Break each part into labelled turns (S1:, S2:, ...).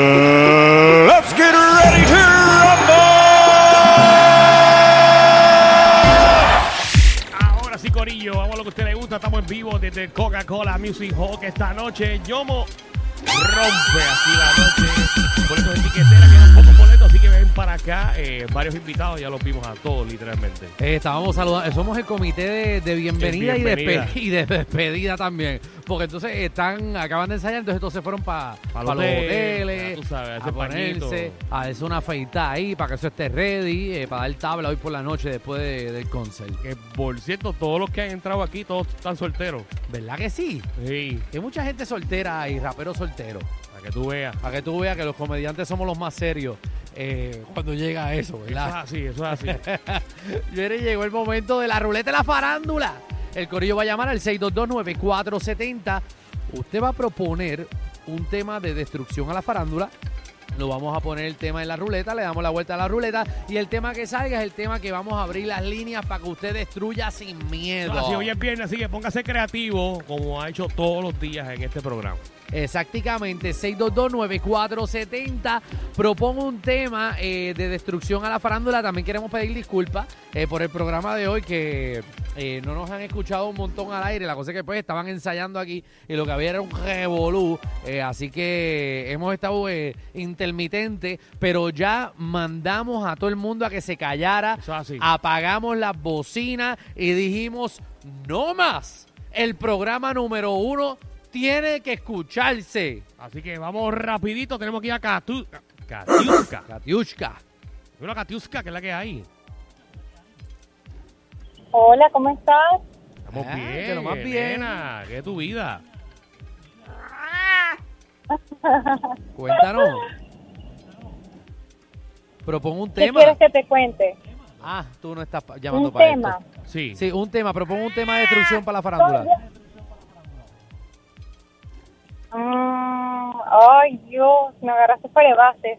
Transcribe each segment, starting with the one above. S1: Let's get ready to rumble.
S2: Ahora sí, Corillo, vamos a lo que a usted le gusta. Estamos en vivo desde Coca-Cola Music Hawk esta noche. Yomo rompe así la noche. Boletos de tiquetera, quedan pocos boletos, así que ven para acá. Eh, varios invitados, ya los vimos a todos, literalmente.
S3: Eh, estábamos saludando, somos el comité de, de bienvenida,
S2: Es bienvenida.
S3: Y, despe- y de despedida también. Porque entonces están, acaban de ensayar, entonces todos se fueron para
S2: Pa'l
S3: los
S2: hotel,
S3: hoteles,
S2: ya tú sabes, a
S3: a
S2: ese
S3: ponerse,
S2: pañito.
S3: a hacer una feita ahí para que eso esté ready, eh, para dar tabla hoy por la noche después de- del concert.
S2: Que por cierto, todos los que han entrado aquí, todos están solteros.
S3: ¿Verdad que sí?
S2: Sí,
S3: Hay mucha gente soltera y raperos solteros.
S2: para que tú veas.
S3: Para que tú veas que los comediantes somos los más serios eh, cuando llega a eso,
S2: Eso es
S3: ¿verdad?
S2: así, eso es así.
S3: Viene, llegó el momento de la ruleta de la farándula. El corillo va a llamar al 622-9470. Usted va a proponer un tema de destrucción a la farándula. Lo vamos a poner el tema en la ruleta, le damos la vuelta a la ruleta y el tema que salga es el tema que vamos a abrir las líneas para que usted destruya sin miedo.
S2: Así, hoy es viernes, así que póngase creativo, como ha hecho todos los días en este programa.
S3: Exactamente, 6229470. Propongo un tema eh, de destrucción a la farándula. También queremos pedir disculpas eh, por el programa de hoy que eh, no nos han escuchado un montón al aire. La cosa es que pues estaban ensayando aquí y lo que había era un revolú. Eh, así que hemos estado eh, intermitentes, pero ya mandamos a todo el mundo a que se callara.
S2: Eso es así.
S3: Apagamos las bocinas y dijimos, no más. El programa número uno tiene que escucharse.
S2: Así que vamos rapidito, tenemos que ir a Catu- Katiuska.
S3: Katiushka.
S2: Una Katiuska, que es la que hay.
S4: Hola, ¿cómo estás?
S2: Estamos
S3: Ah,
S2: bien,
S3: de lo más bien.
S2: nena, ¿qué es tu vida?
S3: Cuéntanos. Propongo un
S4: ¿Qué
S3: tema.
S4: quieres que te cuente?
S3: Ah, tú no estás pa- llamando
S4: Un
S3: para
S4: tema.
S3: esto.
S2: Sí.
S3: Sí, un tema. Propongo un tema de destrucción para la farándula.
S4: Mm, ay, Dios, me agarraste para bases.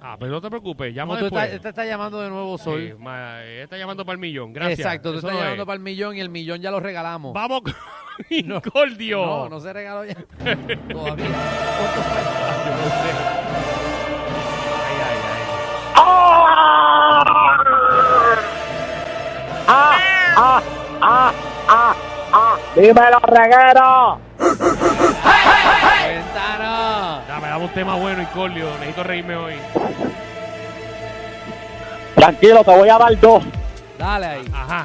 S2: Ah, pero no te preocupes, llamo
S3: Como tú
S2: después.
S3: estás, te estás llamando de nuevo,
S2: Sí,
S3: Sol.
S2: ma- eh, está llamando para el millón, gracias.
S3: Exacto, tú
S2: Eso
S3: estás
S2: no es.
S3: llamando para el millón y el millón ya lo regalamos.
S2: Vamos con Incordio.
S3: No, no se regaló ya. Todavía. ¿Cuánto fue?
S2: Yo no sé. Ay, ay, ay.
S4: Ah, ah,
S5: ¡Dímelo, reguero!
S3: Cuéntanos.
S2: Dame, dame un tema bueno, Incordio. Necesito reírme hoy.
S5: Tranquilo, te voy a dar dos.
S3: Dale ahí.
S2: Ajá.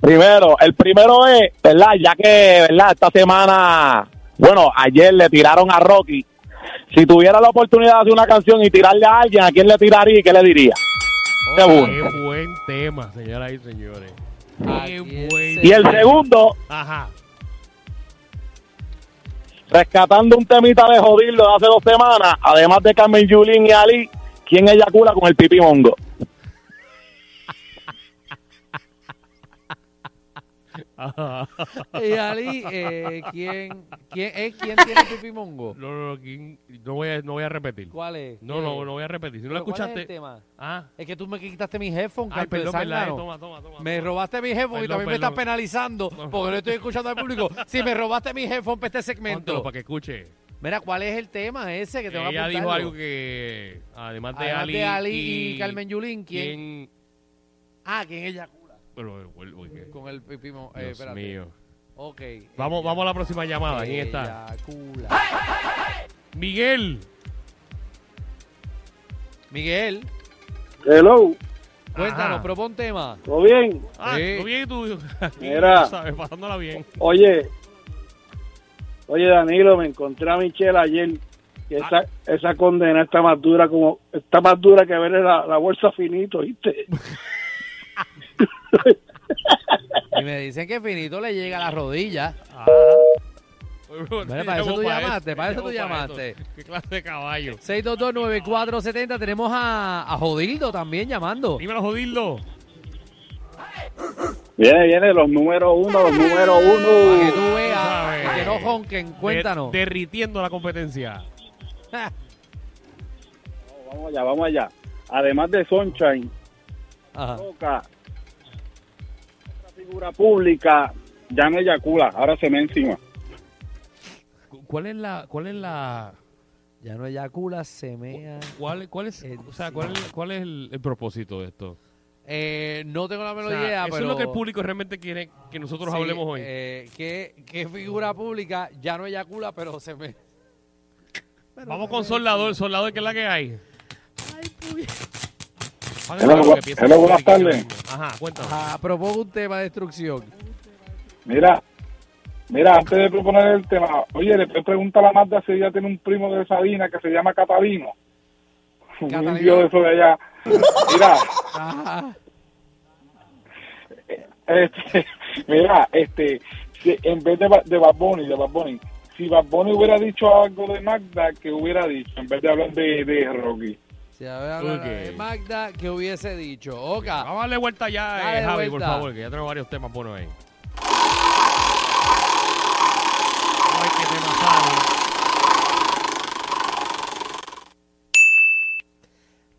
S5: Primero, el primero es, ¿verdad? Ya que, ¿verdad? Esta semana, bueno, ayer le tiraron a Rocky. Si tuviera la oportunidad de hacer una canción y tirarle a alguien, ¿a quién le tiraría y qué le diría? Este es
S2: Qué
S5: uno.
S2: buen tema, señoras y señores.
S3: ¿A
S2: Qué
S3: quién
S2: buen.
S3: se-
S5: Y el segundo,
S2: Ajá.
S5: rescatando un temita de jodillo de hace dos semanas, además de Carmen Yulín y Ali, ¿quién eyacula con el pipi mongo?
S2: Ajá.
S3: Y Ali, eh, ¿quién, quién, es ¿quién tiene pipi mongo?
S2: No, no, no, ¿quién? no, voy a, no voy a repetir.
S3: ¿Cuál es?
S2: No, no, no voy a repetir. Si no lo
S3: ¿Pero cuál es el
S2: escuchaste.
S3: tema?
S2: Ah.
S3: Es que tú me quitaste mis headphones,
S2: Ay,
S3: Carpe
S2: perdón, verdad, eh,
S3: Zángano.
S2: Toma, toma, toma.
S3: Me robaste mis headphones y
S2: Perdón,
S3: también me
S2: perdón.
S3: estás penalizando porque no estoy escuchando al público. Si me robaste mis headphones para este
S2: Póntelo
S3: segmento.
S2: para que escuche.
S3: Mira, ¿cuál es el tema ese que te va a
S2: Eh, Ella dijo
S3: apuntarlo?
S2: algo que, además de,
S3: Además
S2: Ali,
S3: de Ali y, Carmen Yulín, ¿quién?
S2: ¿quién?
S3: Ah, ¿quién ella cura?
S2: Pero, uy, uy, qué-
S3: Con el pipi mongo. Eh,
S2: Dios
S3: espérate.
S2: mío.
S3: Ok.
S2: Vamos, vamos a la próxima llamada. ¿Quién está? Miguel.
S3: Miguel,
S5: Hello,
S3: cuéntanos,
S2: Ajá.
S3: propon tema.
S5: ¿todo bien?
S2: Ah,
S3: Sí.
S2: ¿tú bien y tú?
S5: Mira.
S2: Tú sabes, pasándola bien.
S5: Oye, oye Danilo, me encontré a Michelle ayer. Y esa, esa condena está más dura como está más dura que ver la, la bolsa finito, ¿viste?
S3: Y me dicen que Finito le llega a las rodillas.
S2: Ah.
S3: Mira, para eso tú llamaste, para eso tú llamaste.
S2: ¿Qué clase de caballo?
S3: 6229470. Tenemos a, a Jodildo también llamando.
S2: Dímelo, jodildo.
S5: Viene, viene, los números uno, los números
S3: Para que
S5: uno.
S3: tú
S2: Tú sabes.
S3: veas que no jonquen,
S2: Der-
S3: cuéntanos.
S2: derritiendo la competencia.
S5: Vamos allá, vamos allá. Además de Sunshine,
S3: Ajá.
S5: Roca, otra figura pública, ya me eyacula, ahora se me encima.
S2: cu- ¿Cuál es la, cuál es la,
S3: Ya no eyacula, semea.
S2: cuál, cuál es,
S3: El
S2: o sea, cuál, cuál es el, el propósito de esto?
S3: Eh, no tengo la
S2: O sea,
S3: melodía,
S2: eso
S3: pero.
S2: es lo que el público realmente quiere que nosotros
S3: Sí,
S2: hablemos hoy.
S3: eh, ¿qué, qué figura pública ya no eyacula, pero se me.
S2: Vamos con Soldador, Soldador, que es la que hay. Ay,
S6: Hello, bu- hello, buenas tardes.
S2: Ajá, cuéntame.
S3: Ajá, ah, propongo un tema de destrucción.
S6: Mira, mira, antes de proponer el tema, oye, le puedes preguntar a Magda si ella tiene un primo de Sabina que se llama Catalino. Un
S3: Catalino.
S6: indio de eso de allá. Mira,
S3: Ajá.
S6: este, mira, este, si en vez de, Ba- de Bad Bunny, de Bad Bunny, si Bad Bunny hubiera dicho algo de Magda, que hubiera dicho, en vez de hablar de, de Rocky.
S3: Si hablara
S2: Ok.
S3: de Magda, que hubiese dicho? Oca.
S2: Vamos a darle vuelta ya, eh,
S3: Dale
S2: Javi,
S3: vuelta.
S2: por favor, que ya tenemos varios temas buenos ahí. Ay, qué tema sano.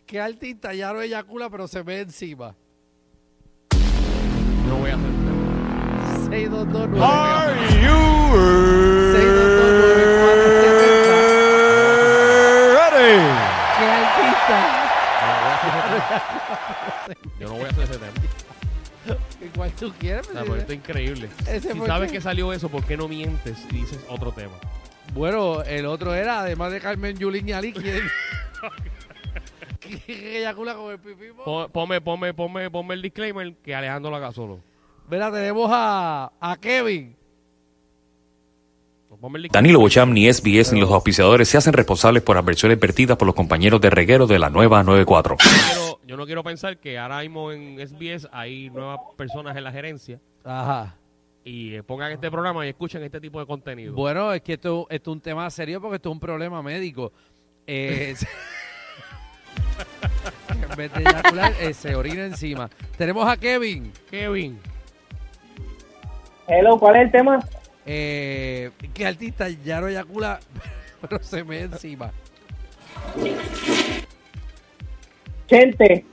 S3: ¿Qué artista ya no eyacula, pero se ve encima?
S2: No voy a hacer un tema.
S3: 6229470.
S1: Are you ready?
S3: ¿Qué artista?
S2: Yo no voy a hacer ese tema.
S3: ¿Cuál tú quieres?
S2: O sea, pero está increíble.
S3: Ese
S2: si
S3: fue
S2: sabes
S3: que-
S2: que salió eso, ¿por qué no mientes y dices otro tema?
S3: Bueno, el otro era, además de Carmen Yulín y Ali, ¿quién? ¿Quién eyacula con el pipí? mo?
S2: Pon- Ponme, ponme, ponme, ponme el disclaimer que Alejandro lo haga solo.
S3: Mira, tenemos a, a Kevin.
S2: Ponme el disclaimer.
S7: Danilo Bocham, ni SBS, ni los auspiciadores se hacen responsables por las versiones vertidas por los compañeros de reguero de la nueva 94.
S2: quiero- yo no quiero pensar que ahora mismo en SBS hay nuevas personas en la gerencia
S3: Ajá.
S2: y eh, pongan este programa y escuchen este tipo de contenido.
S3: Bueno, es que esto, esto es un tema serio porque esto es un problema médico. Eh, es- que en vez de eyacular, eh, se orina encima. Tenemos a Kevin.
S2: Kevin,
S4: Hello, ¿cuál es el tema?
S3: Eh, ¿Qué artista ya no eyacula, pero se ve encima?
S4: Chente.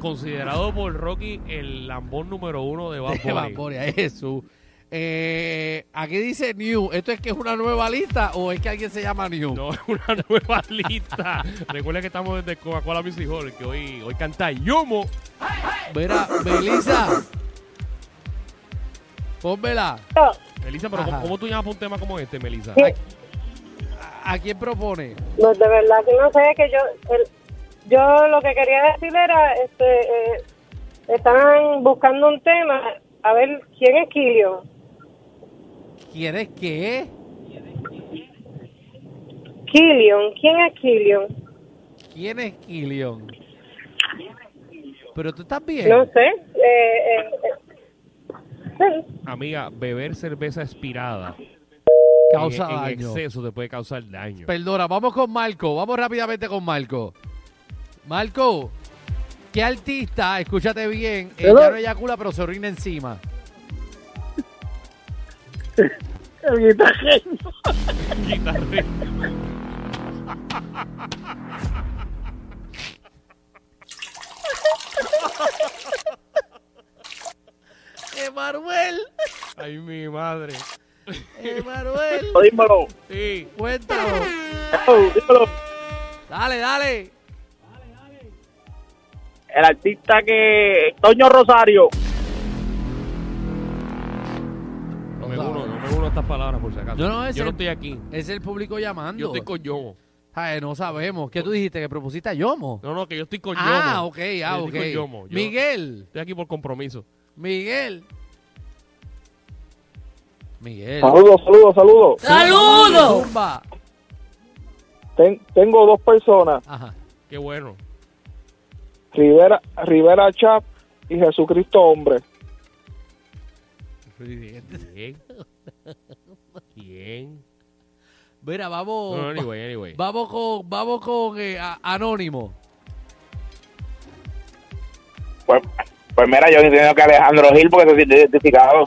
S2: considerado por Rocky el lambón número uno de Bad Bunny.
S3: De Bad Bunny, ay, Jesús. Eh, aquí dice New. ¿Esto es que es una nueva lista o es que alguien se llama New?
S2: No, es una nueva lista. Recuerda que estamos desde Coca-Cola Music Hall, que hoy, hoy canta Yomo.
S3: Mira, Melissa. Pónmela.
S2: Melissa, pero
S3: Ajá.
S2: ¿cómo, cómo tú llamas para un tema como este, Melissa?
S4: Sí.
S3: ¿A, a quién propone?
S4: No, Pues, de verdad que no sé, que yo, el- yo lo que quería decir era, este, eh, estaban buscando un tema, a ver, ¿quién es Kilio?
S3: ¿Quieres qué?
S4: Killion, ¿quién es Killion?
S3: ¿Quién es Killion? Pero tú estás bien.
S4: No sé. Eh, eh, eh.
S2: Amiga, beber cerveza expirada
S3: Causa
S2: en, en
S3: daño.
S2: exceso te puede causar daño.
S3: Perdona, vamos con Marco. Vamos rápidamente con Marco. Marco, ¿qué artista, escúchate bien, eh, ya no eyacula pero se orina encima?
S2: Guitarra.
S3: Emanuel,
S2: Ay, mi madre.
S3: Emanuel,
S5: Dímelo.
S2: Sí.
S3: cuéntanos.
S5: dímelo.
S3: Dale, dale.
S5: El artista que... Toño Rosario.
S2: No me uno, no me uno a estas palabras por si acaso.
S3: Yo no, ese-
S2: estoy aquí.
S3: Es el público llamando.
S2: Yo estoy con Yomo.
S3: Ay, no sabemos. ¿Qué tú dijiste? ¿Que propusiste a Yomo?
S2: No, no, que yo estoy con Yomo.
S3: ah, ok,
S2: Yo
S3: ah, ok.
S2: estoy con Yomo. Yo
S3: Miguel,
S2: Estoy aquí por compromiso.
S3: Miguel. Miguel.
S6: Saludos, saludos, saludos.
S3: ¡Saludos! Zumba.
S6: Ten- tengo dos personas,
S3: Ajá.
S2: Qué bueno.
S6: Rivera, Rivera Chap y Jesucristo Hombre.
S2: Bien. Bien.
S3: Mira, vamos.
S2: No, no, anyway, anyway.
S3: Vamos con, vamos con eh, a- Anónimo.
S5: Pues, pues mira, yo entiendo que Alejandro Gil porque se siente identificado.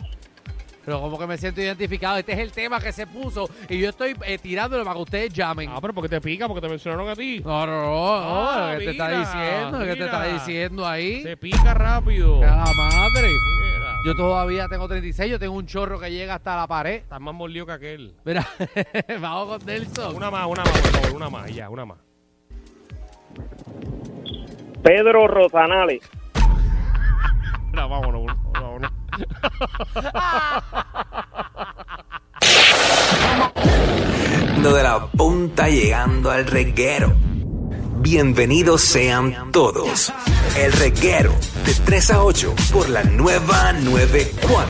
S3: Pero como que me siento identificado. Este es el tema que se puso y yo estoy eh, tirándolo para que ustedes llamen.
S2: Ah, pero porque te pica, porque te mencionaron a ti.
S3: No, no, no.
S2: Ah,
S3: ¿Qué te está
S2: mira,
S3: diciendo? ¿Qué te
S2: mira.
S3: está diciendo ahí?
S2: Se pica rápido.
S3: A la madre.
S2: Mira.
S3: Yo todavía tengo 36, yo tengo un chorro que llega hasta la pared.
S2: Estás más molido que aquel.
S3: Mira, vamos con Nelson.
S2: Una más, una más, por favor, una más, y ya, una más.
S5: Pedro Rosanales.
S2: No, vámonos, vámonos, vámonos.
S8: de la punta llegando al reguero. Bienvenidos sean todos. El reguero de 3 a 8 por la nueva 94.